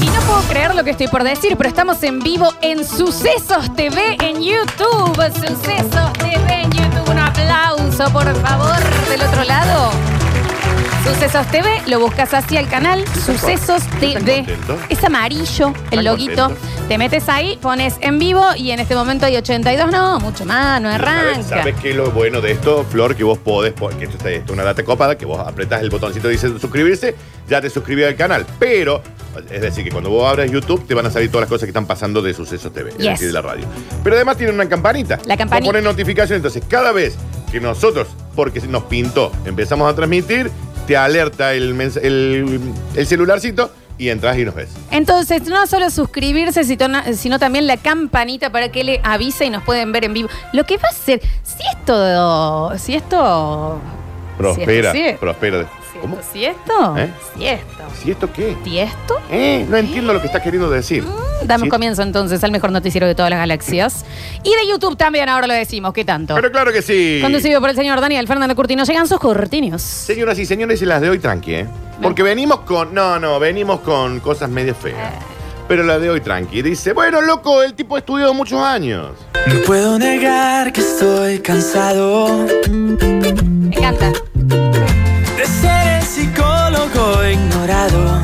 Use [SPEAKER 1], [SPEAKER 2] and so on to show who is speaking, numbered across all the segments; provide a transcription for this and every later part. [SPEAKER 1] Y no puedo creer lo que estoy por decir, pero estamos en vivo en Sucesos TV en YouTube. Sucesos TV en YouTube. Un aplauso, por favor, del otro lado. Sucesos TV, lo buscas así al canal. Sucesos TV.
[SPEAKER 2] contento.
[SPEAKER 1] Es amarillo el
[SPEAKER 2] Tan
[SPEAKER 1] loguito.
[SPEAKER 2] contento.
[SPEAKER 1] Te metes ahí, pones en vivo y en este momento hay 82. No, mucho más, no
[SPEAKER 2] ¿Sabes-
[SPEAKER 1] arranca.
[SPEAKER 2] ¿Sabes qué es lo bueno de esto, Flor? Que vos podés, porque esto está esto es una data copada, que vos apretás el botoncito que dice suscribirse, ya te suscribí al canal. Pero, es decir, que cuando vos abras YouTube te van a salir todas las cosas que están pasando de Sucesos TV, es
[SPEAKER 1] Yes.
[SPEAKER 2] decir, de la radio. Pero además tiene una campanita.
[SPEAKER 1] La campanita.
[SPEAKER 2] Pone notificación, entonces cada vez que nosotros, porque nos pintó, empezamos a transmitir, te alerta el, mens- el, el celularcito y entras y nos ves.
[SPEAKER 1] Entonces, no solo suscribirse, si tona- sino también la campanita para que le avise y nos pueden ver en vivo. Lo que va a ser, si esto, si esto,
[SPEAKER 2] Prospera,
[SPEAKER 1] Sí, sí.
[SPEAKER 2] prospera.
[SPEAKER 1] si
[SPEAKER 2] ¿Cómo?
[SPEAKER 1] esto, si esto,
[SPEAKER 2] ¿Eh?
[SPEAKER 1] si esto,
[SPEAKER 2] ¿Si esto qué?
[SPEAKER 1] si esto,
[SPEAKER 2] Eh, no entiendo lo que estás queriendo decir.
[SPEAKER 1] damos
[SPEAKER 2] Sí.
[SPEAKER 1] comienzo entonces al mejor noticiero de todas las galaxias. Y de YouTube también, ahora lo decimos, ¿qué tanto?
[SPEAKER 2] Pero claro que sí.
[SPEAKER 1] Conducido por el señor Daniel Fernando Curtino, llegan sus cortinos.
[SPEAKER 2] Señoras y señores, y las de hoy tranqui, ¿eh? Porque venimos con. No, no, venimos con cosas medio feas. Pero la de hoy tranqui. Dice, bueno, loco, el tipo ha estudiado muchos años.
[SPEAKER 3] No puedo negar que estoy cansado
[SPEAKER 1] Me encanta.
[SPEAKER 3] de ser el psicólogo ignorado.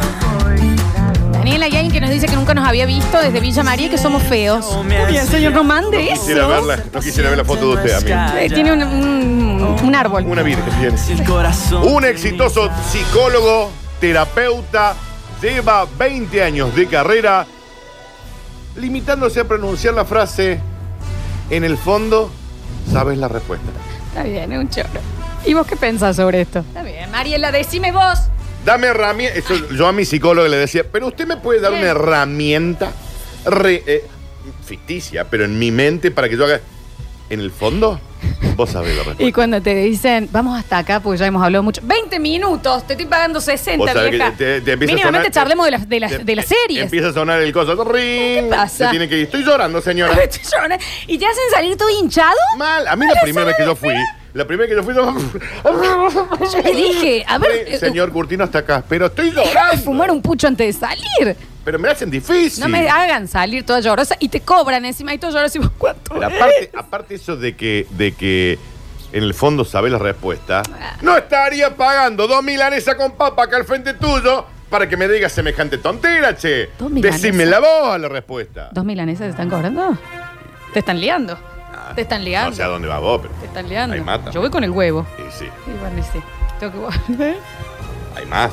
[SPEAKER 1] Daniela, hay alguien que nos dice que nunca nos había visto desde Villa María y que somos feos.
[SPEAKER 3] me
[SPEAKER 1] Muy bien, señor, no mande eso.
[SPEAKER 2] Quisiera ver la- no quisiera ver la foto de usted, amigo.
[SPEAKER 1] Eh, Tiene un, un- un árbol.
[SPEAKER 2] Una virgen tiene.
[SPEAKER 3] Si el corazón
[SPEAKER 2] Un exitoso psicólogo, terapeuta, lleva 20 años de carrera, limitándose a pronunciar la frase: En el fondo, sabes la respuesta.
[SPEAKER 1] Está bien, es un choro. ¿Y vos qué pensás sobre esto? Está bien, Mariela, decime vos.
[SPEAKER 2] Dame herramienta. Eso Yo a mi psicólogo le decía, pero usted me puede dar
[SPEAKER 1] Bien.
[SPEAKER 2] una herramienta re- eh, ficticia, pero en mi mente para que yo haga. En el fondo, vos sabés la
[SPEAKER 1] Y
[SPEAKER 2] respuesta.
[SPEAKER 1] cuando te dicen, vamos hasta acá, porque ya hemos hablado mucho. 20 minutos, te estoy pagando 60,
[SPEAKER 2] Vos sabés
[SPEAKER 1] vieja.
[SPEAKER 2] que te- te empieza a
[SPEAKER 1] Mínimamente
[SPEAKER 2] sonar-
[SPEAKER 1] charlemos de las, de las,
[SPEAKER 2] Te-
[SPEAKER 1] de las
[SPEAKER 2] eh,
[SPEAKER 1] series.
[SPEAKER 2] Empieza a sonar el coso. ¿Qué
[SPEAKER 1] pasa?
[SPEAKER 2] tiene que ir. Estoy llorando, señora.
[SPEAKER 1] Estoy llorando. Este ¿Y te hacen salir todo hinchado?
[SPEAKER 2] Mal. A mí la
[SPEAKER 1] Pero
[SPEAKER 2] primera vez que yo fui, la primera vez que yo fui, yo.
[SPEAKER 1] Yo le dije, a ver,
[SPEAKER 2] Sí,
[SPEAKER 1] eh,
[SPEAKER 2] Señor Curtino hasta acá, pero estoy
[SPEAKER 1] dejá de
[SPEAKER 2] llorando.
[SPEAKER 1] fumar un pucho antes de salir.
[SPEAKER 2] Pero me la hacen difícil.
[SPEAKER 1] No me hagan salir toda llorosa y te cobran encima y todo llorosa y vos, ¿cuánto?
[SPEAKER 2] Pero
[SPEAKER 1] es?
[SPEAKER 2] aparte, aparte eso de que, de que en el fondo sabes la respuesta, no estaría pagando dos milanesas con papa acá al frente tuyo para que me digas semejante tontera, che.
[SPEAKER 1] ¿Dos milanesas?
[SPEAKER 2] Decime la voz a la respuesta.
[SPEAKER 1] ¿Dos milanesas te están cobrando? Te están liando. Te están liando.
[SPEAKER 2] Ah, No sé a dónde va vos, pero
[SPEAKER 1] Te están liando.
[SPEAKER 2] Ahí mata.
[SPEAKER 1] Yo voy con el huevo.
[SPEAKER 2] y sí,
[SPEAKER 1] Y bueno, y sí. Tengo que volver.
[SPEAKER 2] hay más.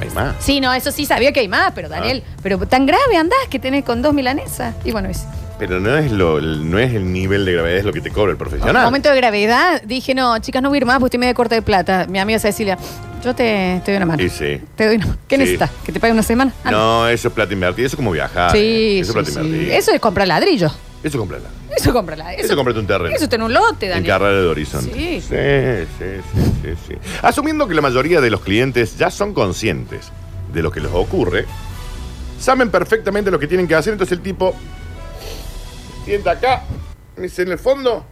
[SPEAKER 2] Hay más.
[SPEAKER 1] Sí, no, eso sí sabía que hay más, pero Daniel,
[SPEAKER 2] Ah.
[SPEAKER 1] pero tan grave andás que tenés con dos milanesas. Y bueno, es
[SPEAKER 2] Pero no es, lo, no es el nivel de gravedad, es lo que te cobra el
[SPEAKER 1] un
[SPEAKER 2] profesional.
[SPEAKER 1] momento de gravedad. Dije, no, chicas, no voy a ir más porque estoy medio corta de plata. Mi amiga Cecilia, yo te, te doy una mano.
[SPEAKER 2] Y sí.
[SPEAKER 1] Te doy una mano. ¿Qué
[SPEAKER 2] Sí.
[SPEAKER 1] necesitas? ¿Que te pague una semana? Ah,
[SPEAKER 2] No, eso es plata invertida, eso es como viajar.
[SPEAKER 1] Sí,
[SPEAKER 2] eh. Eso
[SPEAKER 1] sí,
[SPEAKER 2] es plata
[SPEAKER 1] sí.
[SPEAKER 2] invertida. Eso,
[SPEAKER 1] Eso es comprar ladrillo.
[SPEAKER 2] eso comprarla.
[SPEAKER 1] Eso es comprar ladrillo.
[SPEAKER 2] Eso es comprarte un terreno.
[SPEAKER 1] Eso está en un lote,
[SPEAKER 2] En
[SPEAKER 1] Daniel.
[SPEAKER 2] Carrera de Horizonte.
[SPEAKER 1] Sí.
[SPEAKER 2] Sí, sí, sí, sí, sí. Asumiendo que la mayoría de los clientes ya son conscientes de lo que les ocurre, saben perfectamente lo que tienen que hacer, entonces el tipo sienta acá, me dice en el fondo,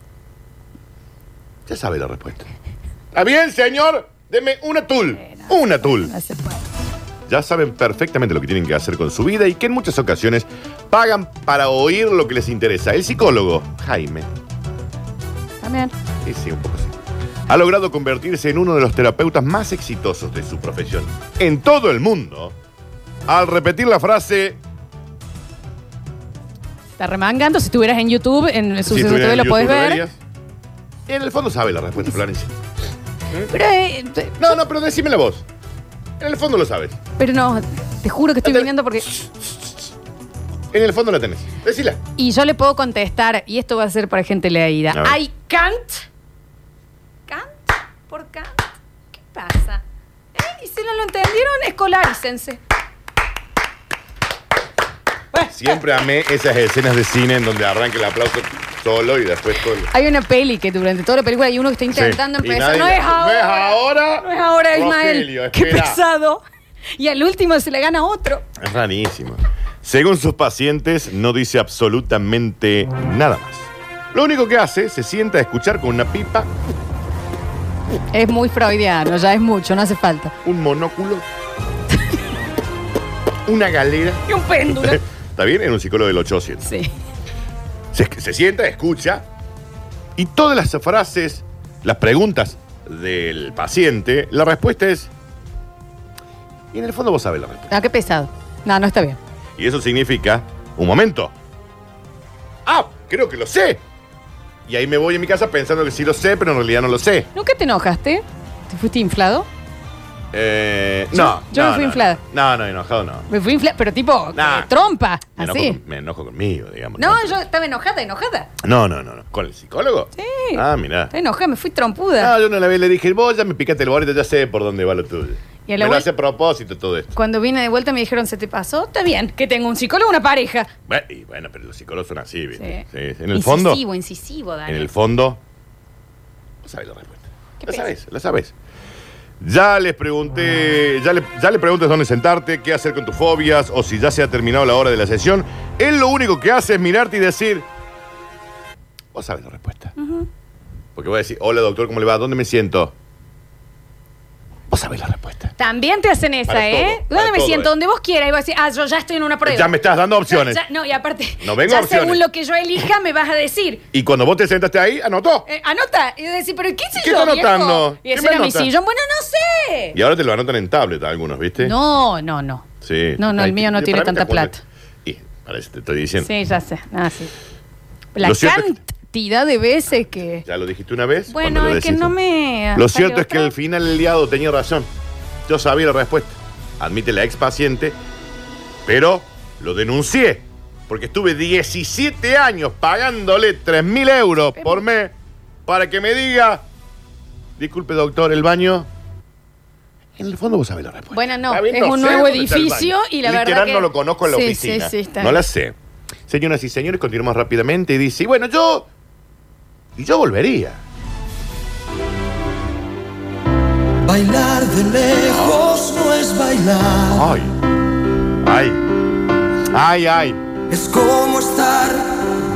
[SPEAKER 2] ya sabe la respuesta. ¿Está bien, señor? Deme una tul. Una tul.
[SPEAKER 1] No se puede.
[SPEAKER 2] Ya saben perfectamente lo que tienen que hacer con su vida y que en muchas ocasiones pagan para oír lo que les interesa. El psicólogo, Jaime.
[SPEAKER 1] También.
[SPEAKER 2] Sí, sí, un poco sí. Ha logrado convertirse en uno de los terapeutas más exitosos de su profesión en todo el mundo al repetir la frase
[SPEAKER 1] Se Está remangando. Si estuvieras en YouTube, en su
[SPEAKER 2] si estuviera
[SPEAKER 1] TV
[SPEAKER 2] en
[SPEAKER 1] lo podés
[SPEAKER 2] YouTube,
[SPEAKER 1] ver.
[SPEAKER 2] verías. En el fondo sabe la respuesta, Florencia.
[SPEAKER 1] Pero, eh, te-
[SPEAKER 2] No, no, pero decime la voz. En el fondo lo sabes.
[SPEAKER 1] pero no, te juro que estoy
[SPEAKER 2] Ate-
[SPEAKER 1] viniendo porque.
[SPEAKER 2] En el fondo la tenés. Decila.
[SPEAKER 1] Y yo le puedo contestar, y esto va a ser para gente leída.
[SPEAKER 2] A ver.
[SPEAKER 1] I can't. ¿Can't? ¿Por can't? ¿Qué pasa? ¿Eh? Y si no lo entendieron, escolarícense.
[SPEAKER 2] Siempre amé esas escenas de cine en donde arranca el aplauso solo y después todo. el-
[SPEAKER 1] Hay una peli que durante toda la película hay uno que está intentando
[SPEAKER 2] Sí. Y
[SPEAKER 1] empezar.
[SPEAKER 2] nadie-
[SPEAKER 1] No es
[SPEAKER 2] No es
[SPEAKER 1] ahora.
[SPEAKER 2] ahora.
[SPEAKER 1] No es ahora, Ismael.
[SPEAKER 2] Rogelio,
[SPEAKER 1] Qué
[SPEAKER 2] espera.
[SPEAKER 1] pesado. Y al último se le gana otro.
[SPEAKER 2] Es rarísimo. Según sus pacientes, no dice absolutamente nada más. Lo único que hace, se sienta a escuchar con una pipa,
[SPEAKER 1] Es muy freudiano, ya es mucho, no hace falta.
[SPEAKER 2] un monóculo, una galera.
[SPEAKER 1] Y un péndulo.
[SPEAKER 2] ¿Está bien? En un psicólogo del 800.
[SPEAKER 1] Sí.
[SPEAKER 2] Se, se sienta, escucha, y todas las frases, las preguntas del paciente, la respuesta es. Y en el fondo vos sabés la respuesta.
[SPEAKER 1] No, Ah, qué pesado. No, no está bien.
[SPEAKER 2] Y eso significa. Un momento. ¡Ah! Creo que lo sé. Y ahí me voy a mi casa pensando que sí lo sé, pero en realidad no lo sé.
[SPEAKER 1] ¿Nunca te enojaste? ¿Te fuiste inflado?
[SPEAKER 2] Eh, no.
[SPEAKER 1] Yo- yo me
[SPEAKER 2] no,
[SPEAKER 1] fui
[SPEAKER 2] no,
[SPEAKER 1] inflada.
[SPEAKER 2] No, no, enojado no.
[SPEAKER 1] Me fui inflado, pero tipo,
[SPEAKER 2] Nah.
[SPEAKER 1] eh, trompa,
[SPEAKER 2] Me enojo,
[SPEAKER 1] así.
[SPEAKER 2] con- me enojo conmigo, digamos.
[SPEAKER 1] No, yo estaba enojada, enojada.
[SPEAKER 2] No, no, no, no. ¿Con el psicólogo?
[SPEAKER 1] Sí.
[SPEAKER 2] Ah, mirá.
[SPEAKER 1] Estaba enojada, me fui trompuda.
[SPEAKER 2] No, yo no la vi, le dije, vos ya me picaste el boleto, ya sé por dónde va lo tuyo.
[SPEAKER 1] Y a
[SPEAKER 2] Me
[SPEAKER 1] la
[SPEAKER 2] lo
[SPEAKER 1] vuel-
[SPEAKER 2] hace a propósito todo esto.
[SPEAKER 1] Cuando vine de vuelta me dijeron, ¿se te pasó? Está bien, que tengo un psicólogo, una pareja.
[SPEAKER 2] Bueno, y bueno, pero los psicólogos son así, ¿viste?
[SPEAKER 1] Sí.
[SPEAKER 2] Sí, sí. En el fondo,
[SPEAKER 1] Incisivo, incisivo, Dani.
[SPEAKER 2] en el fondo, no sabes la respuesta.
[SPEAKER 1] ¿Qué
[SPEAKER 2] La
[SPEAKER 1] pensás?
[SPEAKER 2] sabes, la sabes. Ya les pregunté, ya le, ya le preguntas dónde sentarte, qué hacer con tus fobias o si ya se ha terminado la hora de la sesión. Él lo único que hace es mirarte y decir, vos sabes la respuesta. Porque voy a decir, hola doctor, ¿cómo le va? ¿Dónde me siento? Vos sabés la respuesta.
[SPEAKER 1] También te hacen esa,
[SPEAKER 2] Para
[SPEAKER 1] ¿eh?
[SPEAKER 2] todo, para
[SPEAKER 1] ¿Dónde me
[SPEAKER 2] todo,
[SPEAKER 1] siento?
[SPEAKER 2] eh.
[SPEAKER 1] Donde vos quieras. Y vos decís, ah, yo ya estoy en una prueba.
[SPEAKER 2] Ya me estás dando opciones.
[SPEAKER 1] Ya- no, y aparte,
[SPEAKER 2] No vengo
[SPEAKER 1] ya
[SPEAKER 2] opciones.
[SPEAKER 1] según lo que yo elija me vas a decir.
[SPEAKER 2] Y cuando vos te sentaste ahí, anotó.
[SPEAKER 1] Eh, anota. Y decir, pero ¿qué sé
[SPEAKER 2] ¿Qué
[SPEAKER 1] yo,
[SPEAKER 2] está
[SPEAKER 1] viejo?
[SPEAKER 2] anotando?
[SPEAKER 1] Y
[SPEAKER 2] ¿Qué
[SPEAKER 1] decir
[SPEAKER 2] me
[SPEAKER 1] a mi
[SPEAKER 2] anota?
[SPEAKER 1] sillón, bueno, no sé.
[SPEAKER 2] Y ahora te lo anotan en tablet algunos, ¿viste?
[SPEAKER 1] No, no, no.
[SPEAKER 2] Sí.
[SPEAKER 1] No, no, el mío no
[SPEAKER 2] Para
[SPEAKER 1] tiene
[SPEAKER 2] mí te
[SPEAKER 1] tanta
[SPEAKER 2] acuerdas.
[SPEAKER 1] plata.
[SPEAKER 2] Y para eso te estoy diciendo.
[SPEAKER 1] Sí, ya sé. Ah, sí. La
[SPEAKER 2] Lo cierto es que-
[SPEAKER 1] cantidad de veces que.
[SPEAKER 2] Ya lo dijiste una vez.
[SPEAKER 1] Bueno,
[SPEAKER 2] cuando lo
[SPEAKER 1] es que
[SPEAKER 2] decís.
[SPEAKER 1] no me.
[SPEAKER 2] Lo cierto es que
[SPEAKER 1] otra.
[SPEAKER 2] al final el liado tenía razón. Yo sabía la respuesta. Admite la ex paciente, pero lo denuncié. Porque estuve 17 años pagándole 3.000 euros por mes para que me diga, disculpe doctor, el baño... En el fondo vos sabés la respuesta.
[SPEAKER 1] Bueno, no,
[SPEAKER 2] Está bien,
[SPEAKER 1] es un nuevo
[SPEAKER 2] dónde está el
[SPEAKER 1] edificio
[SPEAKER 2] baño.
[SPEAKER 1] y la
[SPEAKER 2] Literal,
[SPEAKER 1] verdad que-
[SPEAKER 2] no lo conozco en la
[SPEAKER 1] Sí,
[SPEAKER 2] oficina.
[SPEAKER 1] sí, sí, está
[SPEAKER 2] no
[SPEAKER 1] bien.
[SPEAKER 2] la sé. Señoras y señores, continuamos rápidamente y dice, y bueno, yo... Y yo volvería.
[SPEAKER 3] Bailar de lejos no es bailar,
[SPEAKER 2] Ay. Ay. Ay, ay.
[SPEAKER 3] es como estar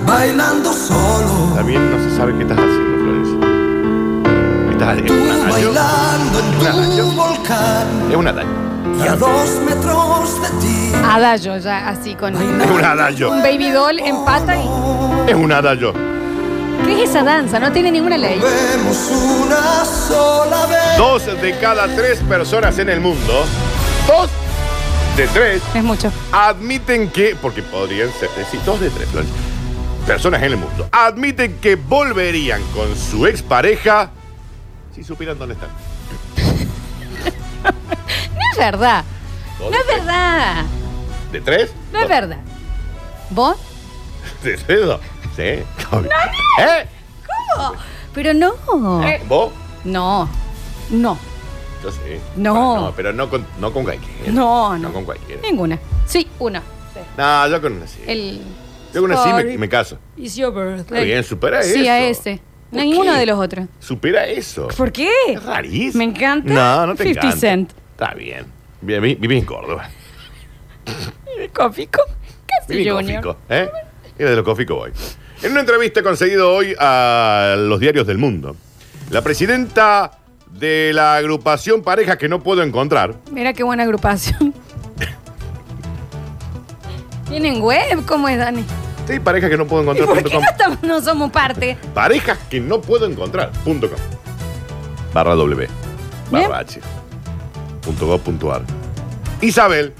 [SPEAKER 3] bailando solo.
[SPEAKER 2] También no se sabe qué estás haciendo, Florencia. Estás
[SPEAKER 3] Tú
[SPEAKER 2] haciendo un daño.
[SPEAKER 3] bailando en
[SPEAKER 2] Claro, yo-
[SPEAKER 3] tu volcán
[SPEAKER 2] Es un daño.
[SPEAKER 3] y a dos metros de ti.
[SPEAKER 1] Adagio, ya así con.
[SPEAKER 2] Es
[SPEAKER 1] Un
[SPEAKER 2] un adagio.
[SPEAKER 1] baby doll en pata y.
[SPEAKER 2] Es un adagio.
[SPEAKER 1] ¿Qué es esa danza? No tiene ninguna ley.
[SPEAKER 3] Vemos una sola vez.
[SPEAKER 2] Dos de cada tres personas en el mundo, dos de tres,
[SPEAKER 1] Es mucho.
[SPEAKER 2] admiten que, porque podrían ser, es decir, dos de tres Florencia, personas en el mundo, admiten que volverían con su expareja si supieran dónde están.
[SPEAKER 1] No es verdad.
[SPEAKER 2] Dos
[SPEAKER 1] No
[SPEAKER 2] de
[SPEAKER 1] es
[SPEAKER 2] tres.
[SPEAKER 1] verdad.
[SPEAKER 2] ¿De tres?
[SPEAKER 1] No es
[SPEAKER 2] Dos.
[SPEAKER 1] verdad. ¿Vos?
[SPEAKER 2] ¿De tres? dos. Sí. ¿Eh?
[SPEAKER 1] Pero no.
[SPEAKER 2] ¿Eh? ¿Vos?
[SPEAKER 1] No. No.
[SPEAKER 2] Yo sé.
[SPEAKER 1] No.
[SPEAKER 2] Bueno, no, pero no con, no con cualquiera.
[SPEAKER 1] No, no.
[SPEAKER 2] No con cualquiera.
[SPEAKER 1] Ninguna. Sí, una.
[SPEAKER 2] No, yo con una sí.
[SPEAKER 1] El.
[SPEAKER 2] yo con una sí me,
[SPEAKER 1] Sorry.
[SPEAKER 2] me caso.
[SPEAKER 1] It's your birthday.
[SPEAKER 2] Está bien, supera eso.
[SPEAKER 1] Sí, a ese.
[SPEAKER 2] ¿Por
[SPEAKER 1] Ninguno
[SPEAKER 2] qué?
[SPEAKER 1] de los otros.
[SPEAKER 2] Supera eso.
[SPEAKER 1] ¿Por qué?
[SPEAKER 2] Es rarísimo.
[SPEAKER 1] Eh, Me encanta.
[SPEAKER 2] No, no te
[SPEAKER 1] 50
[SPEAKER 2] encanta.
[SPEAKER 1] Cent.
[SPEAKER 2] Está bien. Vi- vi- Viví en Córdoba.
[SPEAKER 1] Cófico. Casi
[SPEAKER 2] Viví en
[SPEAKER 1] Junior.
[SPEAKER 2] Cofico. ¿eh? Era de los Cofico hoy. En una entrevista concedida hoy a los diarios del mundo, la presidenta de la agrupación Parejas que no puedo encontrar,
[SPEAKER 1] Mira qué buena agrupación. ¿Tienen web? ¿Cómo es, Dani?
[SPEAKER 2] sí, parejas que no puedo
[SPEAKER 1] ¿Y
[SPEAKER 2] encontrar.
[SPEAKER 1] por
[SPEAKER 2] punto
[SPEAKER 1] qué no,
[SPEAKER 2] com.
[SPEAKER 1] estamos- no somos parte?
[SPEAKER 2] Parejas que no puedo encontrar. Punto com. Barra W.
[SPEAKER 1] Bien.
[SPEAKER 2] Barra H. Punto go, punto ar. Isabel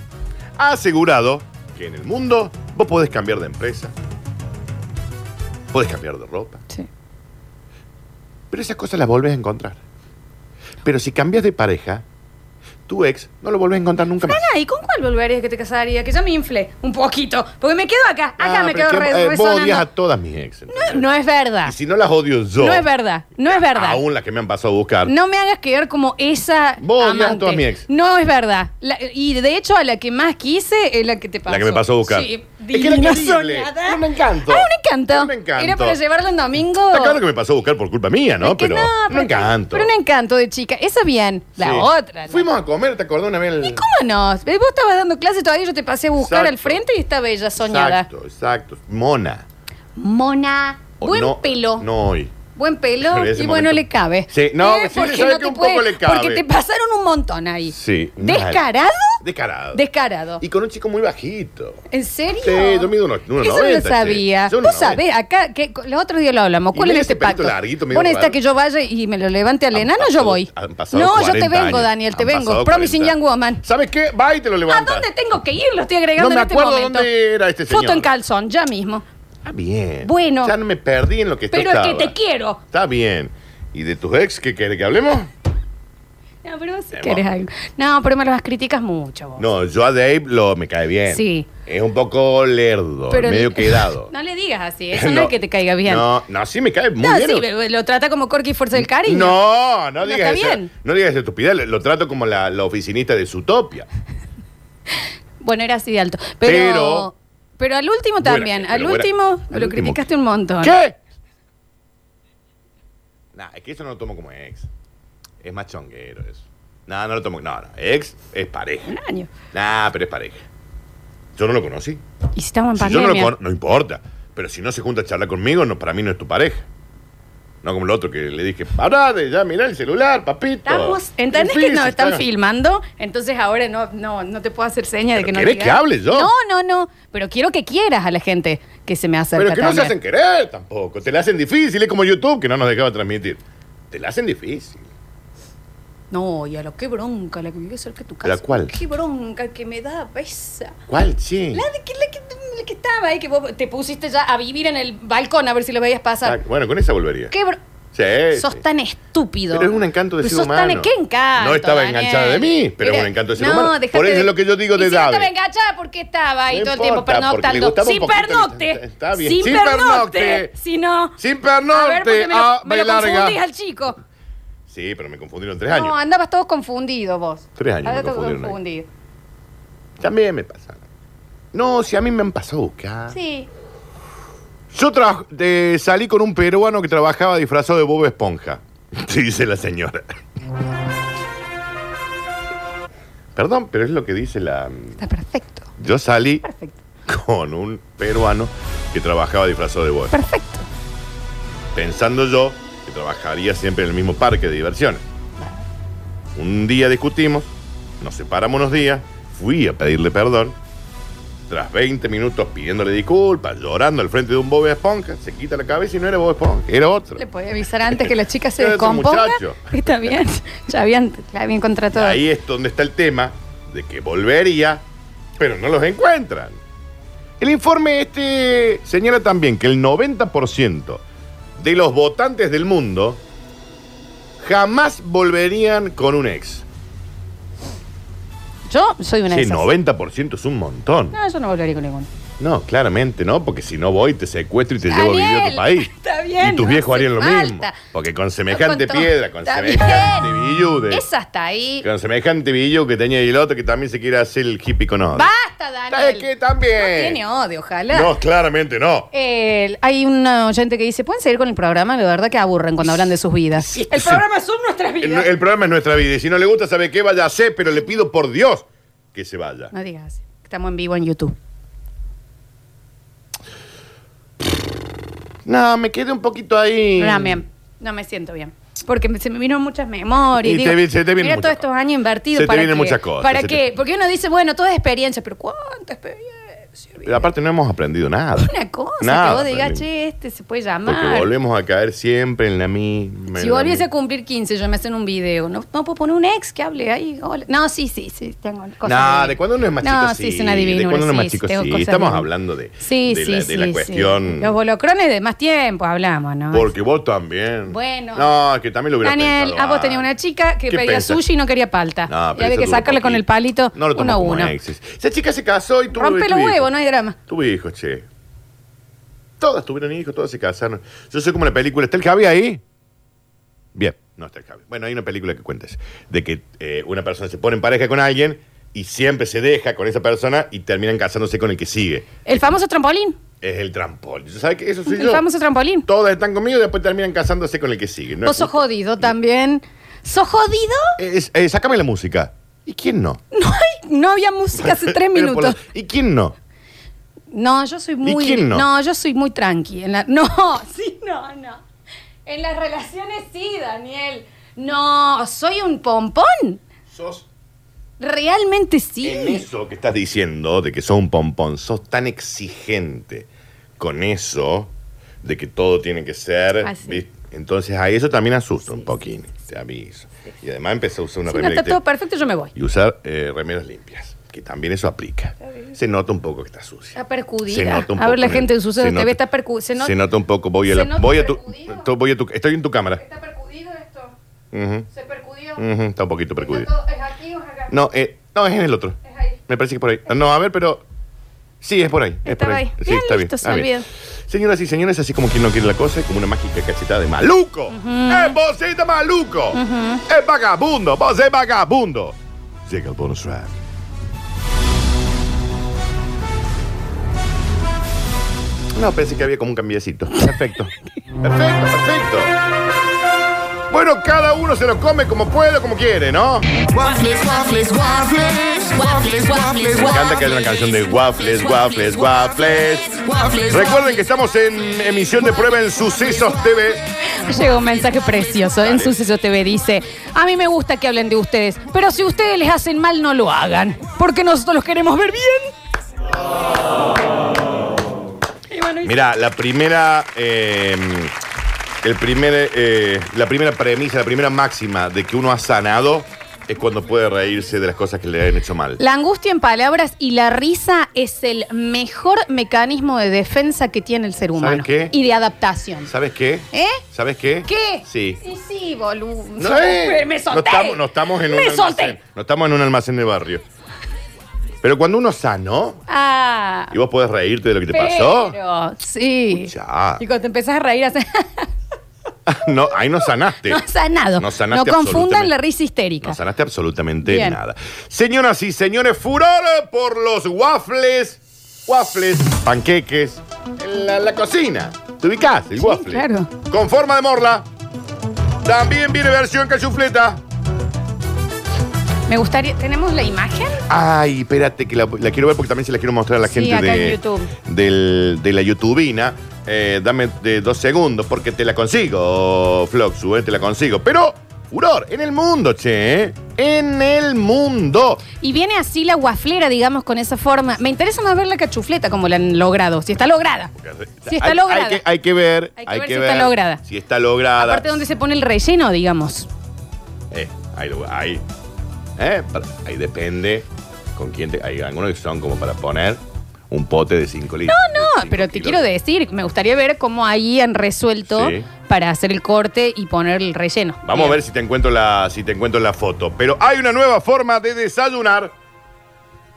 [SPEAKER 2] ha asegurado que en el mundo vos podés cambiar de empresa. Podés cambiar de ropa.
[SPEAKER 1] Sí.
[SPEAKER 2] Pero esas cosas las volvés a encontrar. Pero si cambias de pareja, tu ex no lo volvés a encontrar nunca más.
[SPEAKER 1] Ah, ¿y con cuál volverías que te casaría? Que yo me infle un poquito. Porque me quedo acá. Acá
[SPEAKER 2] Ah,
[SPEAKER 1] me
[SPEAKER 2] pero
[SPEAKER 1] quedo
[SPEAKER 2] es que,
[SPEAKER 1] re,
[SPEAKER 2] eh, Vos
[SPEAKER 1] resonando.
[SPEAKER 2] odias a todas mis ex. ¿entendés?
[SPEAKER 1] No es verdad.
[SPEAKER 2] Y si no las odio yo.
[SPEAKER 1] No es verdad. No es verdad.
[SPEAKER 2] Aún las que me han pasado a buscar.
[SPEAKER 1] No me hagas quedar como esa.
[SPEAKER 2] Vos odias a
[SPEAKER 1] amante.
[SPEAKER 2] todas mis ex.
[SPEAKER 1] No es verdad. La- y de hecho, a la que más quise es la que te pasó.
[SPEAKER 2] La que me pasó a buscar.
[SPEAKER 1] Sí,
[SPEAKER 2] es que era
[SPEAKER 1] divina
[SPEAKER 2] increíble.
[SPEAKER 1] soñada.
[SPEAKER 2] Era un encanto.
[SPEAKER 1] Ah, un encanto.
[SPEAKER 2] Era un encanto.
[SPEAKER 1] Era para llevarla el domingo.
[SPEAKER 2] Está claro que me pasó a buscar por culpa mía, ¿no?
[SPEAKER 1] Es que
[SPEAKER 2] pero un encanto.
[SPEAKER 1] Pero un encanto de chica. Esa bien. La
[SPEAKER 2] Sí.
[SPEAKER 1] otra. ¿no?
[SPEAKER 2] Fuimos a comer, ¿te acordás una vez? el-
[SPEAKER 1] ¿Y cómo no? Eh, Vos estabas dando clase todavía, yo te pasé a buscar
[SPEAKER 2] Exacto.
[SPEAKER 1] al frente y estaba ella soñada.
[SPEAKER 2] Exacto, exacto. Mona.
[SPEAKER 1] Mona.
[SPEAKER 2] O
[SPEAKER 1] Buen
[SPEAKER 2] no-
[SPEAKER 1] pelo.
[SPEAKER 2] No hoy.
[SPEAKER 1] Buen pelo.
[SPEAKER 2] Pero
[SPEAKER 1] Y
[SPEAKER 2] en ese
[SPEAKER 1] bueno,
[SPEAKER 2] momento-
[SPEAKER 1] le cabe. ¿Eh?
[SPEAKER 2] Sí, no, sí,
[SPEAKER 1] porque
[SPEAKER 2] le sabe que un poco le cabe.
[SPEAKER 1] Porque te pasaron un montón ahí.
[SPEAKER 2] Sí. mal.
[SPEAKER 1] ¿Descarado?
[SPEAKER 2] Descarado.
[SPEAKER 1] Descarado.
[SPEAKER 2] Y con un chico muy bajito.
[SPEAKER 1] ¿En serio?
[SPEAKER 2] Sí, yo mido unos- unos
[SPEAKER 1] Eso no lo
[SPEAKER 2] 90,
[SPEAKER 1] sabía.
[SPEAKER 2] sí. Yo
[SPEAKER 1] Vos
[SPEAKER 2] unos
[SPEAKER 1] sabés, acá, que los otros días lo hablamos.
[SPEAKER 2] Y
[SPEAKER 1] ¿Cuál es
[SPEAKER 2] mira
[SPEAKER 1] este
[SPEAKER 2] ese pelito
[SPEAKER 1] pacto?
[SPEAKER 2] larguito, medio
[SPEAKER 1] Vos necesitas
[SPEAKER 2] raro.
[SPEAKER 1] que yo vaya y me lo levante al
[SPEAKER 2] Han
[SPEAKER 1] enano, yo
[SPEAKER 2] pasado-
[SPEAKER 1] voy.
[SPEAKER 2] han pasado
[SPEAKER 1] No, yo te
[SPEAKER 2] 40
[SPEAKER 1] vengo,
[SPEAKER 2] años.
[SPEAKER 1] Daniel, te
[SPEAKER 2] Han
[SPEAKER 1] vengo.
[SPEAKER 2] pasado
[SPEAKER 1] Promising
[SPEAKER 2] 40.
[SPEAKER 1] Young Woman.
[SPEAKER 2] ¿Sabes qué? Va y te lo
[SPEAKER 1] ¿A
[SPEAKER 2] levantas.
[SPEAKER 1] dónde tengo que ir? Lo estoy agregando
[SPEAKER 2] No me
[SPEAKER 1] en este
[SPEAKER 2] acuerdo
[SPEAKER 1] momento.
[SPEAKER 2] dónde era este
[SPEAKER 1] Foto
[SPEAKER 2] señor.
[SPEAKER 1] en calzón, ya mismo.
[SPEAKER 2] Está bien.
[SPEAKER 1] Bueno.
[SPEAKER 2] Ya no me perdí en lo que esto
[SPEAKER 1] Pero es que
[SPEAKER 2] estaba.
[SPEAKER 1] te quiero.
[SPEAKER 2] Está bien. ¿Y de tus ex qué querés que hablemos?
[SPEAKER 1] No, pero vos sí
[SPEAKER 2] Eh,
[SPEAKER 1] querés
[SPEAKER 2] vos.
[SPEAKER 1] algo. No, pero me las criticas mucho vos.
[SPEAKER 2] No, yo a Dave lo me cae bien.
[SPEAKER 1] Sí.
[SPEAKER 2] Es un poco lerdo,
[SPEAKER 1] Pero-
[SPEAKER 2] medio quedado.
[SPEAKER 1] No le digas así, eso no, es que te caiga bien. No,
[SPEAKER 2] No, no, sí me cae muy bien.
[SPEAKER 1] sí, lo- lo trata como Corky Fuerza del Cariño.
[SPEAKER 2] No, no
[SPEAKER 1] No
[SPEAKER 2] digas
[SPEAKER 1] está
[SPEAKER 2] eso.
[SPEAKER 1] bien.
[SPEAKER 2] No digas esa estupidez. Lo, lo trato como la, la oficinista de Zootopia.
[SPEAKER 1] Bueno, era así de alto. Pero. Pero,
[SPEAKER 2] Pero-
[SPEAKER 1] al último
[SPEAKER 2] Buena
[SPEAKER 1] también.
[SPEAKER 2] gente,
[SPEAKER 1] al
[SPEAKER 2] pero buena-
[SPEAKER 1] último
[SPEAKER 2] al
[SPEAKER 1] lo
[SPEAKER 2] último.
[SPEAKER 1] criticaste un montón.
[SPEAKER 2] ¿Qué? Nah, es que eso no lo tomo como ex. Es más chonguero eso. Nah, no lo tomo. No, no. Ex es pareja.
[SPEAKER 1] Un año.
[SPEAKER 2] Nah, pero es pareja. Yo no lo conocí.
[SPEAKER 1] Y si estamos en
[SPEAKER 2] Si yo no
[SPEAKER 1] pandemia.
[SPEAKER 2] lo conozco, no importa. Pero si no se junta a charlar conmigo, no, para mí no es tu pareja. No como el otro que le dije, pará de ya mirá el celular, papito.
[SPEAKER 1] Estamos, ¿entendés que nos
[SPEAKER 2] no
[SPEAKER 1] están filmando? Entonces ahora no, no, no te puedo hacer seña de
[SPEAKER 2] Pero
[SPEAKER 1] que no
[SPEAKER 2] ¿querés
[SPEAKER 1] digas.
[SPEAKER 2] que hable yo?
[SPEAKER 1] No, no, no. Pero quiero que quieras a la gente que se me acerca
[SPEAKER 2] Pero que no se
[SPEAKER 1] también.
[SPEAKER 2] hacen querer tampoco. Te la hacen difícil. Es como YouTube que no nos dejaba transmitir. Te la hacen difícil.
[SPEAKER 1] No, y a lo que bronca la que vive cerca de tu casa.
[SPEAKER 2] ¿La cuál?
[SPEAKER 1] Qué bronca que me da pesa.
[SPEAKER 2] ¿Cuál, sí?
[SPEAKER 1] La, de que, la, que, la que estaba ahí, que vos te pusiste ya a vivir en el balcón a ver si lo veías pasar.
[SPEAKER 2] Ah, Bueno, con esa volvería.
[SPEAKER 1] Qué bro-
[SPEAKER 2] Sí.
[SPEAKER 1] Sos
[SPEAKER 2] sí.
[SPEAKER 1] tan estúpido.
[SPEAKER 2] Pero es un encanto de
[SPEAKER 1] Pero
[SPEAKER 2] ser
[SPEAKER 1] sos
[SPEAKER 2] humano.
[SPEAKER 1] Tan, ¿Qué encanto?
[SPEAKER 2] No estaba
[SPEAKER 1] Daniel?
[SPEAKER 2] enganchada de mí, pero es
[SPEAKER 1] Era-
[SPEAKER 2] un encanto de ser
[SPEAKER 1] no,
[SPEAKER 2] humano.
[SPEAKER 1] dejate
[SPEAKER 2] Por eso
[SPEAKER 1] de-
[SPEAKER 2] es lo que yo digo
[SPEAKER 1] Y
[SPEAKER 2] de
[SPEAKER 1] si no
[SPEAKER 2] Dave.
[SPEAKER 1] estaba enganchada porque estaba ahí
[SPEAKER 2] No
[SPEAKER 1] todo
[SPEAKER 2] importa,
[SPEAKER 1] el tiempo
[SPEAKER 2] porque le
[SPEAKER 1] pernoctando.
[SPEAKER 2] gustaba un
[SPEAKER 1] Sin
[SPEAKER 2] poquito,
[SPEAKER 1] pernocte.
[SPEAKER 2] está- está bien.
[SPEAKER 1] Sin,
[SPEAKER 2] Sin
[SPEAKER 1] pernocte.
[SPEAKER 2] pernocte.
[SPEAKER 1] Si no.
[SPEAKER 2] Sin
[SPEAKER 1] A ver, porque
[SPEAKER 2] pernocte
[SPEAKER 1] me lo,
[SPEAKER 2] a
[SPEAKER 1] me lo confundís
[SPEAKER 2] larga.
[SPEAKER 1] al chico.
[SPEAKER 2] Sí, pero me confundieron tres
[SPEAKER 1] No,
[SPEAKER 2] años.
[SPEAKER 1] andabas todo confundido vos.
[SPEAKER 2] Tres años me
[SPEAKER 1] Andabas todo
[SPEAKER 2] confundieron ahí.
[SPEAKER 1] confundido.
[SPEAKER 2] También me pasaron. No, si a mí me han pasado a buscar.
[SPEAKER 1] Sí.
[SPEAKER 2] Yo tra- de- salí con un peruano que trabajaba disfrazado de Bob Esponja. Sí, dice la señora. Perdón, pero es lo que dice la...
[SPEAKER 1] Está perfecto.
[SPEAKER 2] Yo salí
[SPEAKER 1] Perfecto.
[SPEAKER 2] con un peruano que trabajaba disfrazado de Bob.
[SPEAKER 1] Perfecto.
[SPEAKER 2] Pensando yo que trabajaría siempre en el mismo parque de diversiones. Un día discutimos, nos separamos unos días, fui a pedirle perdón. Tras 20 minutos pidiéndole disculpas, llorando al frente de un Bob Esponja, se quita la cabeza y no era Bob Esponja, era otro.
[SPEAKER 1] Le podés avisar antes que la chica se
[SPEAKER 2] Era otro
[SPEAKER 1] descomponga.
[SPEAKER 2] muchacho.
[SPEAKER 1] Está bien. Ya habían, ya habían
[SPEAKER 2] Y
[SPEAKER 1] contratado.
[SPEAKER 2] ahí es donde está el tema de que volvería, pero no los encuentran. El informe este señala también que el 90% de los votantes del mundo jamás volverían con un ex.
[SPEAKER 1] Yo soy una de
[SPEAKER 2] Sí,
[SPEAKER 1] esas.
[SPEAKER 2] 90% es un montón.
[SPEAKER 1] No, yo no volvería con ninguno.
[SPEAKER 2] No, claramente no, porque si no voy te secuestro y te llevo a vivir a
[SPEAKER 1] Daniel,
[SPEAKER 2] tu país.
[SPEAKER 1] está bien,
[SPEAKER 2] Y tus
[SPEAKER 1] no
[SPEAKER 2] viejos
[SPEAKER 1] hace
[SPEAKER 2] harían lo
[SPEAKER 1] falta.
[SPEAKER 2] mismo. Porque con semejante
[SPEAKER 1] Con to-
[SPEAKER 2] piedra, con
[SPEAKER 1] está
[SPEAKER 2] semejante
[SPEAKER 1] bien.
[SPEAKER 2] billude.
[SPEAKER 1] Es hasta ahí.
[SPEAKER 2] Con semejante billo que tenía y el otro que también se quiere hacer el hippie con odio.
[SPEAKER 1] Basta, Daniel.
[SPEAKER 2] ¿Sabes qué? También.
[SPEAKER 1] No tiene odio, ojalá.
[SPEAKER 2] No, claramente no.
[SPEAKER 1] El- hay un oyente que dice, ¿pueden seguir con el programa? La verdad que aburren cuando hablan de sus vidas. el programa son nuestras
[SPEAKER 2] El, el programa es nuestra vida y si no le gusta, ¿sabe qué? Vaya a hacer, pero le pido por Dios que se vaya.
[SPEAKER 1] No digas así. Estamos en vivo en YouTube.
[SPEAKER 2] No, me quedé un poquito ahí.
[SPEAKER 1] No, bien. No me siento bien. Porque me- se me vinieron muchas memorias.
[SPEAKER 2] Y te vi- se te vienen
[SPEAKER 1] mira
[SPEAKER 2] muchas cosas.
[SPEAKER 1] todos estos años invertidos.
[SPEAKER 2] Se te
[SPEAKER 1] ¿para
[SPEAKER 2] vienen
[SPEAKER 1] qué?
[SPEAKER 2] muchas cosas,
[SPEAKER 1] ¿Para
[SPEAKER 2] se
[SPEAKER 1] qué?
[SPEAKER 2] te-
[SPEAKER 1] Porque uno dice, bueno, todas experiencias, pero ¿cuánta experiencia? te sirve.
[SPEAKER 2] Aparte, no hemos aprendido nada.
[SPEAKER 1] Una cosa
[SPEAKER 2] Nada
[SPEAKER 1] que vos digas,
[SPEAKER 2] aprendimos.
[SPEAKER 1] che, este se puede
[SPEAKER 2] Porque
[SPEAKER 1] llamar.
[SPEAKER 2] volvemos a caer siempre en la misma.
[SPEAKER 1] Si
[SPEAKER 2] en la
[SPEAKER 1] volviese a
[SPEAKER 2] misma.
[SPEAKER 1] cumplir 15, yo me hacen un video. No, no puedo poner un ex que hable ahí. hola. No, sí, sí, sí. Tengo cosas.
[SPEAKER 2] No, de cuando uno es más chico,
[SPEAKER 1] No, sí, es una
[SPEAKER 2] De
[SPEAKER 1] divinura,
[SPEAKER 2] cuando uno es
[SPEAKER 1] sí,
[SPEAKER 2] más chico,
[SPEAKER 1] tengo
[SPEAKER 2] sí.
[SPEAKER 1] cosas
[SPEAKER 2] Estamos
[SPEAKER 1] de-
[SPEAKER 2] hablando de,
[SPEAKER 1] Sí,
[SPEAKER 2] de
[SPEAKER 1] sí,
[SPEAKER 2] la, de
[SPEAKER 1] sí,
[SPEAKER 2] la
[SPEAKER 1] sí.
[SPEAKER 2] cuestión.
[SPEAKER 1] Los bolocrones de más tiempo hablamos, ¿no?
[SPEAKER 2] Porque vos también.
[SPEAKER 1] Bueno.
[SPEAKER 2] No, que también lo hubiera
[SPEAKER 1] Daniel,
[SPEAKER 2] pensado
[SPEAKER 1] a vos
[SPEAKER 2] antes.
[SPEAKER 1] tenías una chica que
[SPEAKER 2] ¿Qué
[SPEAKER 1] pedía
[SPEAKER 2] pensás?
[SPEAKER 1] sushi y no quería palta.
[SPEAKER 2] No,
[SPEAKER 1] y
[SPEAKER 2] pero
[SPEAKER 1] había
[SPEAKER 2] eso
[SPEAKER 1] que
[SPEAKER 2] dura
[SPEAKER 1] sacarle con
[SPEAKER 2] poquito.
[SPEAKER 1] el palito
[SPEAKER 2] No lo tomo
[SPEAKER 1] uno a
[SPEAKER 2] como
[SPEAKER 1] uno.
[SPEAKER 2] exes. Esa chica se casó y tuvo
[SPEAKER 1] Rompe
[SPEAKER 2] tuvo
[SPEAKER 1] los
[SPEAKER 2] hijos.
[SPEAKER 1] huevos, no hay drama.
[SPEAKER 2] Tuve hijos, che. Todas tuvieron hijos, todas se casaron. Yo soy como la película. ¿Está el Javi ahí? Bien, no está el Javi. Bueno, hay una película que cuentes de que eh, una persona se pone en pareja con alguien y siempre se deja con esa persona y terminan casándose con el que sigue.
[SPEAKER 1] El famoso trampolín.
[SPEAKER 2] Es el trampolín. ¿Sabes qué? Eso soy
[SPEAKER 1] El
[SPEAKER 2] yo.
[SPEAKER 1] famoso trampolín.
[SPEAKER 2] Todas están conmigo y después terminan casándose con el que sigue. No
[SPEAKER 1] Vos
[SPEAKER 2] es
[SPEAKER 1] sos
[SPEAKER 2] justo.
[SPEAKER 1] jodido también. ¿Sos jodido?
[SPEAKER 2] Es- eh, sácame la música. ¿Y quién no?
[SPEAKER 1] No, hay- no había música hace tres
[SPEAKER 2] Pero por
[SPEAKER 1] minutos.
[SPEAKER 2] lo- ¿Y quién no?
[SPEAKER 1] No, yo soy muy.
[SPEAKER 2] quién no?
[SPEAKER 1] yo soy muy tranqui. En la, no, sí, no, no. En las relaciones sí, Daniel. No, soy un pompón.
[SPEAKER 2] Sos
[SPEAKER 1] Realmente sí.
[SPEAKER 2] en eso que estás diciendo, de que sos un pompón, sos tan exigente con eso, de que todo tiene que ser.
[SPEAKER 1] Así.
[SPEAKER 2] ¿vis? Entonces a eso también asusta un poquín, te aviso. Y además empecé a usar una
[SPEAKER 1] si no
[SPEAKER 2] remera
[SPEAKER 1] está
[SPEAKER 2] y,
[SPEAKER 1] todo
[SPEAKER 2] te-
[SPEAKER 1] perfecto, yo me voy.
[SPEAKER 2] y usar eh, remeras limpias, que también eso aplica. Se nota un poco que está sucia.
[SPEAKER 1] Está percudida.
[SPEAKER 2] Se nota un
[SPEAKER 1] A ver,
[SPEAKER 2] poco
[SPEAKER 1] la
[SPEAKER 2] en
[SPEAKER 1] gente
[SPEAKER 2] el-
[SPEAKER 1] en Suceso
[SPEAKER 2] se
[SPEAKER 1] TV
[SPEAKER 2] nota-
[SPEAKER 1] está percu- se nota-
[SPEAKER 2] un poco. Voy a, la-
[SPEAKER 1] se nota
[SPEAKER 2] voy a tu,
[SPEAKER 1] percudido.
[SPEAKER 2] to- voy a tu- Estoy en tu cámara.
[SPEAKER 1] ¿Está percudido esto?
[SPEAKER 2] Ujú,
[SPEAKER 1] ¿Se percudió?
[SPEAKER 2] ujú, está un poquito percudido.
[SPEAKER 1] ¿Es aquí o es acá?
[SPEAKER 2] Mm, No, eh, no, es en el otro.
[SPEAKER 1] Es ahí.
[SPEAKER 2] Me parece que por ahí. No, a ver, pero. Sí, es por ahí. Es
[SPEAKER 1] Estaba
[SPEAKER 2] por ahí.
[SPEAKER 1] ahí.
[SPEAKER 2] Sí,
[SPEAKER 1] Bien,
[SPEAKER 2] está bien.
[SPEAKER 1] listo, se
[SPEAKER 2] está bien.
[SPEAKER 1] olvidó.
[SPEAKER 2] Señoras y señores, así como quien no quiere la cosa, es como una mágica cachetada de maluco. ¡Es vosita maluco! ¡Es vagabundo! ¡Vos es vagabundo! Llega el bonus track. No, pensé que había como un cambiecito. Perfecto. perfecto, perfecto. Bueno, cada uno se lo come como puede, como quiere, ¿no?
[SPEAKER 4] Waffles, waffles, waffles, waffles, waffles.
[SPEAKER 2] Me encanta que haya una canción de waffles, waffles, waffles. Recuerden que estamos en emisión de prueba en Sucesos TV.
[SPEAKER 1] Llegó un mensaje precioso en Suceso TV. Dice, a mí me gusta que hablen de ustedes, pero si ustedes les hacen mal, no lo hagan, porque nosotros los queremos ver bien. Y bueno, y-
[SPEAKER 2] Mira, la primera, eh, el primer, eh, la primera premisa, la primera máxima de que uno ha sanado es cuando puede reírse de las cosas que le han hecho mal.
[SPEAKER 1] La angustia en palabras y la risa es el mejor mecanismo de defensa que tiene el ser humano.
[SPEAKER 2] qué?
[SPEAKER 1] Y de adaptación.
[SPEAKER 2] ¿Sabes qué?
[SPEAKER 1] ¿Eh?
[SPEAKER 2] ¿Sabes qué?
[SPEAKER 1] ¿Qué?
[SPEAKER 2] Sí.
[SPEAKER 1] Y sí, boludo.
[SPEAKER 2] No, eh,
[SPEAKER 1] Me
[SPEAKER 2] no
[SPEAKER 1] solté.
[SPEAKER 2] estamos, no estamos en un
[SPEAKER 1] Me
[SPEAKER 2] almacén.
[SPEAKER 1] solté.
[SPEAKER 2] No estamos en un almacén de barrio. Pero cuando uno sanó
[SPEAKER 1] Ah.
[SPEAKER 2] y vos podés reírte de lo que te pasó.
[SPEAKER 1] Pero, sí.
[SPEAKER 2] Escuchá.
[SPEAKER 1] Y cuando te empezás a reír, haces...
[SPEAKER 2] No, ahí no sanaste.
[SPEAKER 1] No sanado.
[SPEAKER 2] No sanaste
[SPEAKER 1] confundan
[SPEAKER 2] absolutamente.
[SPEAKER 1] la risa histérica.
[SPEAKER 2] No sanaste absolutamente
[SPEAKER 1] Bien.
[SPEAKER 2] nada. Señoras y señores, furor por los waffles, waffles, panqueques, en la, la cocina. ¿Te ubicás? El waffle.
[SPEAKER 1] claro.
[SPEAKER 2] Con forma de morla. También viene versión cachufleta.
[SPEAKER 1] Me gustaría. ¿Tenemos la imagen?
[SPEAKER 2] Ay, espérate, que la, la quiero ver porque también se la quiero mostrar a la
[SPEAKER 1] Sí,
[SPEAKER 2] gente
[SPEAKER 1] acá
[SPEAKER 2] de,
[SPEAKER 1] en YouTube.
[SPEAKER 2] del- de la YouTubina. Eh, dame de dos segundos porque te la consigo, Floxu, eh, te la consigo. Pero, furor, en el mundo, che, eh. en el mundo.
[SPEAKER 1] Y viene así la guaflera, digamos, con esa forma. Me interesa más ver la cachufleta como la han logrado, si está logrado. Si está
[SPEAKER 2] hay,
[SPEAKER 1] lograda.
[SPEAKER 2] Hay que, hay que ver,
[SPEAKER 1] Hay
[SPEAKER 2] hay
[SPEAKER 1] que
[SPEAKER 2] que,
[SPEAKER 1] ver
[SPEAKER 2] ver,
[SPEAKER 1] si está lograda.
[SPEAKER 2] Si está lograda.
[SPEAKER 1] Aparte donde se pone el relleno, digamos.
[SPEAKER 2] Eh, ahí, lo- ahí. Eh, para- ahí depende con quién te- Hay algunos que son como para poner un pote de 5 litros.
[SPEAKER 1] No, Ah, pero te quiero decir, me gustaría ver cómo ahí han resuelto
[SPEAKER 2] Sí.
[SPEAKER 1] para hacer el corte y poner el relleno.
[SPEAKER 2] Vamos a ver si te encuentro la, si te encuentro la foto. Pero hay una nueva forma de desayunar.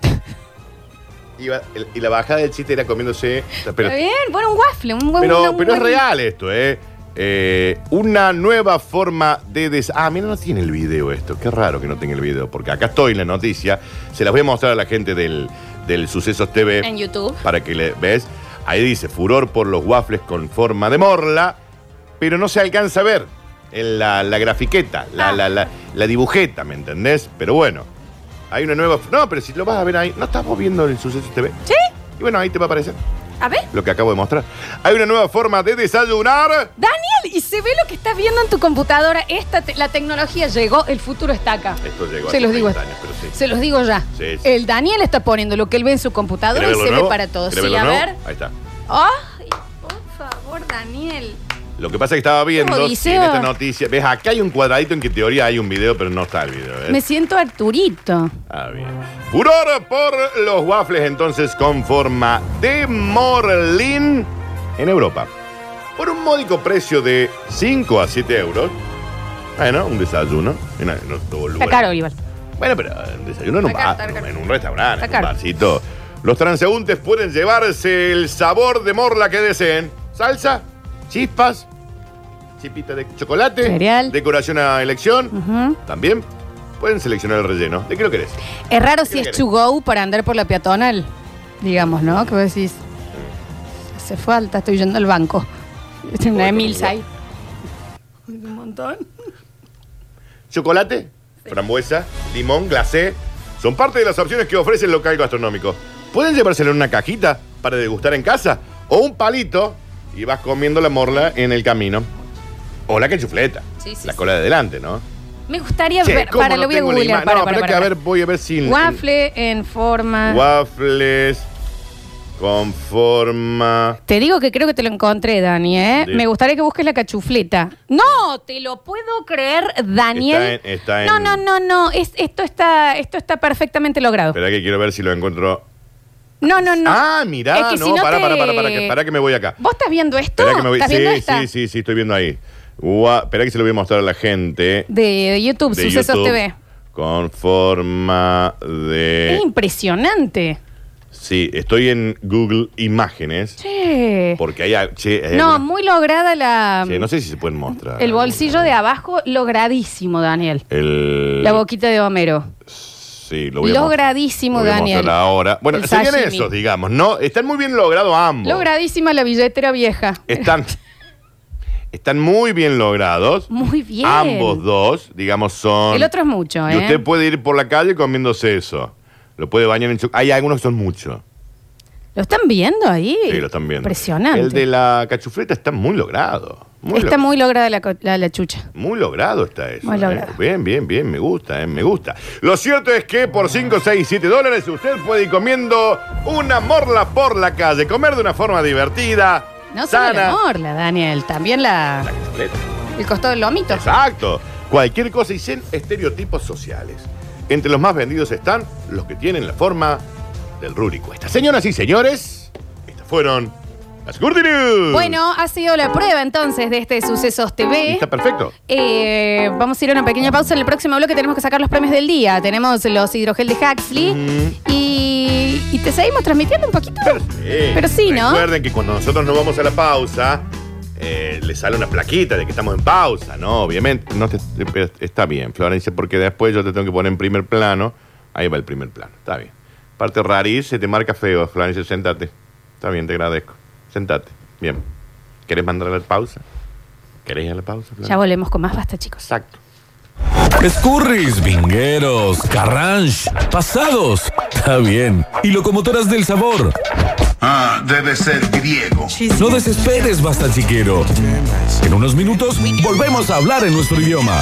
[SPEAKER 2] Iba- el- y la bajada del chiste era comiéndose. Pero,
[SPEAKER 1] Está bien, bueno, un waffle, un buen
[SPEAKER 2] pero,
[SPEAKER 1] un
[SPEAKER 2] pero es
[SPEAKER 1] buen-
[SPEAKER 2] real esto, ¿eh? Eh, una nueva forma de des... Ah, mira, no tiene el video esto. Qué raro que no tenga el video, porque acá estoy en la noticia. Se las voy a mostrar a la gente del, del Sucesos TV.
[SPEAKER 1] En YouTube.
[SPEAKER 2] Para que le ves. Ahí dice, furor por los waffles con forma de morla, pero no se alcanza a ver en la, la grafiqueta, la,
[SPEAKER 1] Ah.
[SPEAKER 2] la, la- la dibujeta, ¿me entendés? Pero bueno, hay una nueva... No, pero si lo vas a ver ahí, ¿no estás vos viendo el Sucesos TV?
[SPEAKER 1] Sí.
[SPEAKER 2] Y bueno, ahí te va a aparecer.
[SPEAKER 1] A ver.
[SPEAKER 2] lo que acabo de mostrar. Hay una nueva forma de desayunar.
[SPEAKER 1] Daniel, y se ve lo que estás viendo en tu computadora. Esta te- la tecnología llegó, el futuro está acá.
[SPEAKER 2] Esto Este llegó
[SPEAKER 1] Se
[SPEAKER 2] hace
[SPEAKER 1] los digo.
[SPEAKER 2] 30 años, pero sí.
[SPEAKER 1] Se los digo ya.
[SPEAKER 2] Sí, sí.
[SPEAKER 1] El Daniel está poniendo lo que él ve en su computadora
[SPEAKER 2] ¿Querés
[SPEAKER 1] y
[SPEAKER 2] verlo
[SPEAKER 1] se ve
[SPEAKER 2] nuevo?
[SPEAKER 1] para todos.
[SPEAKER 2] ¿Querés
[SPEAKER 1] Sí,
[SPEAKER 2] verlo
[SPEAKER 1] a
[SPEAKER 2] nuevo?
[SPEAKER 1] ver.
[SPEAKER 2] Ahí está.
[SPEAKER 1] Ay, por favor, Daniel.
[SPEAKER 2] Lo que pasa es que estaba viendo en
[SPEAKER 1] odiseo.
[SPEAKER 2] esta noticia. ¿Ves? Acá hay un cuadradito en que en teoría hay un video, pero no está el video. ¿eh?
[SPEAKER 1] Me siento Arturito.
[SPEAKER 2] Ah, bien. Furor por los waffles entonces con forma de morlín en Europa. Por un módico precio de 5 a 7 euros. Bueno, un desayuno. En, en otro
[SPEAKER 1] Está
[SPEAKER 2] lugar.
[SPEAKER 1] caro, Oliver.
[SPEAKER 2] Bueno, pero el desayuno en un,
[SPEAKER 1] Está caro,
[SPEAKER 2] bar,
[SPEAKER 1] está caro.
[SPEAKER 2] en un restaurante,
[SPEAKER 1] Está
[SPEAKER 2] en un
[SPEAKER 1] caro.
[SPEAKER 2] barcito. Los transeúntes pueden llevarse el sabor de morla que deseen. Salsa, chispas, chipita de chocolate,
[SPEAKER 1] Cereal.
[SPEAKER 2] decoración a elección. También pueden seleccionar el relleno. ¿De qué lo querés?
[SPEAKER 1] Es raro si
[SPEAKER 2] ¿Qué
[SPEAKER 1] es
[SPEAKER 2] querés?
[SPEAKER 1] to go para andar por la peatonal. Digamos, ¿no? Que vos decís. Hace falta, estoy yendo al banco. Es una
[SPEAKER 2] Bueno,
[SPEAKER 1] Emilsa ahí.
[SPEAKER 2] igual. Chocolate, frambuesa, limón, glacé. Son parte de las opciones que ofrece el local gastronómico. Pueden llevárselo en una cajita para degustar en casa o un palito y vas comiendo la morla en el camino. O la quechufleta.
[SPEAKER 1] Sí, sí,
[SPEAKER 2] la
[SPEAKER 1] sí.
[SPEAKER 2] cola de delante, ¿no?
[SPEAKER 1] Me gustaría
[SPEAKER 2] Che,
[SPEAKER 1] ver.
[SPEAKER 2] ¿cómo
[SPEAKER 1] Para,
[SPEAKER 2] no
[SPEAKER 1] lo voy a
[SPEAKER 2] tengo la
[SPEAKER 1] googlear.
[SPEAKER 2] ima-
[SPEAKER 1] para,
[SPEAKER 2] no,
[SPEAKER 1] para,
[SPEAKER 2] pero
[SPEAKER 1] para,
[SPEAKER 2] que a
[SPEAKER 1] para.
[SPEAKER 2] ver, eh, voy a ver si...
[SPEAKER 1] Waffle en forma.
[SPEAKER 2] Waffles con forma...
[SPEAKER 1] Te digo que creo que te lo encontré, Dani, ¿eh?
[SPEAKER 2] Sí.
[SPEAKER 1] Me gustaría que busques la cachufleta. No, te lo puedo creer, Daniel.
[SPEAKER 2] Está en- está en-
[SPEAKER 1] No, no, no, no. Es- esto, está, esto está perfectamente logrado.
[SPEAKER 2] Espera que quiero ver si lo encuentro...
[SPEAKER 1] no, no, no.
[SPEAKER 2] Ah, mirá,
[SPEAKER 1] Es que
[SPEAKER 2] no,
[SPEAKER 1] si no
[SPEAKER 2] para,
[SPEAKER 1] te-
[SPEAKER 2] para, para, para, que, para que me voy acá.
[SPEAKER 1] ¿Vos estás viendo esto?
[SPEAKER 2] Esperá que me voy.
[SPEAKER 1] ¿Estás viendo
[SPEAKER 2] Sí,
[SPEAKER 1] esta?
[SPEAKER 2] sí, sí, sí, estoy viendo ahí. Gua- Esperá que se lo voy a mostrar a la gente.
[SPEAKER 1] De, de YouTube,
[SPEAKER 2] de
[SPEAKER 1] Sucesos
[SPEAKER 2] YouTube, Eh,
[SPEAKER 1] TV.
[SPEAKER 2] Con forma de.
[SPEAKER 1] Es impresionante.
[SPEAKER 2] Sí, estoy en Google Imágenes.
[SPEAKER 1] Che.
[SPEAKER 2] Porque hay. a- Che, hay
[SPEAKER 1] No,
[SPEAKER 2] alguna-
[SPEAKER 1] muy lograda la.
[SPEAKER 2] che, no sé si se pueden mostrar.
[SPEAKER 1] El bolsillo de abajo, logradísimo, Daniel.
[SPEAKER 2] El.
[SPEAKER 1] La boquita de Homero.
[SPEAKER 2] Sí, lo voy a mos-
[SPEAKER 1] Logradísimo,
[SPEAKER 2] lo voy a
[SPEAKER 1] Daniel.
[SPEAKER 2] mostrar ahora. Bueno,
[SPEAKER 1] El
[SPEAKER 2] serían
[SPEAKER 1] sashimi.
[SPEAKER 2] esos, digamos, ¿no? Están muy bien logrados ambos.
[SPEAKER 1] Logradísima la billetera vieja.
[SPEAKER 2] Están. Están muy bien logrados.
[SPEAKER 1] Muy bien.
[SPEAKER 2] Ambos dos, digamos, son.
[SPEAKER 1] El otro es mucho,
[SPEAKER 2] Y
[SPEAKER 1] ¿eh?
[SPEAKER 2] usted puede ir por la calle comiéndose eso. Lo puede bañar en chocolate. Hay algunos que son muchos.
[SPEAKER 1] ¿Lo están viendo ahí?
[SPEAKER 2] Sí, lo están viendo.
[SPEAKER 1] Impresionante.
[SPEAKER 2] El de la cachufleta está muy logrado. Muy
[SPEAKER 1] Está
[SPEAKER 2] lo-
[SPEAKER 1] muy lograda la, co- la, la chucha.
[SPEAKER 2] muy logrado está eso.
[SPEAKER 1] Muy
[SPEAKER 2] ¿eh?
[SPEAKER 1] logrado.
[SPEAKER 2] Bien, bien, bien. Me gusta, ¿eh? me gusta. Lo cierto es que por 5, 6, 7 dólares usted puede ir comiendo una morla por la calle. Comer de una forma divertida,
[SPEAKER 1] No solo la
[SPEAKER 2] sana.
[SPEAKER 1] morla, Daniel. También la,
[SPEAKER 2] La cachufleta.
[SPEAKER 1] el costado del lomito.
[SPEAKER 2] Exacto. Cualquier cosa y sin estereotipos sociales. Entre los más vendidos están los que tienen la forma del rúrico. Estas señoras y señores, estas fueron las Curti News.
[SPEAKER 1] Bueno, ha sido la prueba entonces de este Sucesos
[SPEAKER 2] Y
[SPEAKER 1] TV.
[SPEAKER 2] Está perfecto.
[SPEAKER 1] Eh, vamos a ir a una pequeña pausa. En el próximo bloque tenemos que sacar los premios del día. Tenemos los hidrogel de Huxley. y, y te seguimos transmitiendo un poquito.
[SPEAKER 2] Pero,
[SPEAKER 1] Pero sí, ¿no?
[SPEAKER 2] Recuerden que cuando nosotros nos vamos a la pausa, eh, le sale una plaquita de que estamos en pausa, ¿no? Obviamente. No te- pero está bien, Florencia, porque después yo te tengo que poner en primer plano. Ahí va el primer plano. Está bien. Parte rariz, se te marca feo, Florencia, sentate. Está bien, te agradezco. Sentate. Bien. ¿Querés mandar a la pausa? ¿Querés ir a la pausa, Florencia?
[SPEAKER 1] Ya volvemos con más basta, chicos.
[SPEAKER 2] Exacto.
[SPEAKER 5] Escurris, vingueros, carranche, pasados, está bien, y locomotoras del sabor.
[SPEAKER 6] Ah, debe ser griego.
[SPEAKER 5] No desesperes, basta chiquero. En unos minutos volvemos a hablar en nuestro idioma.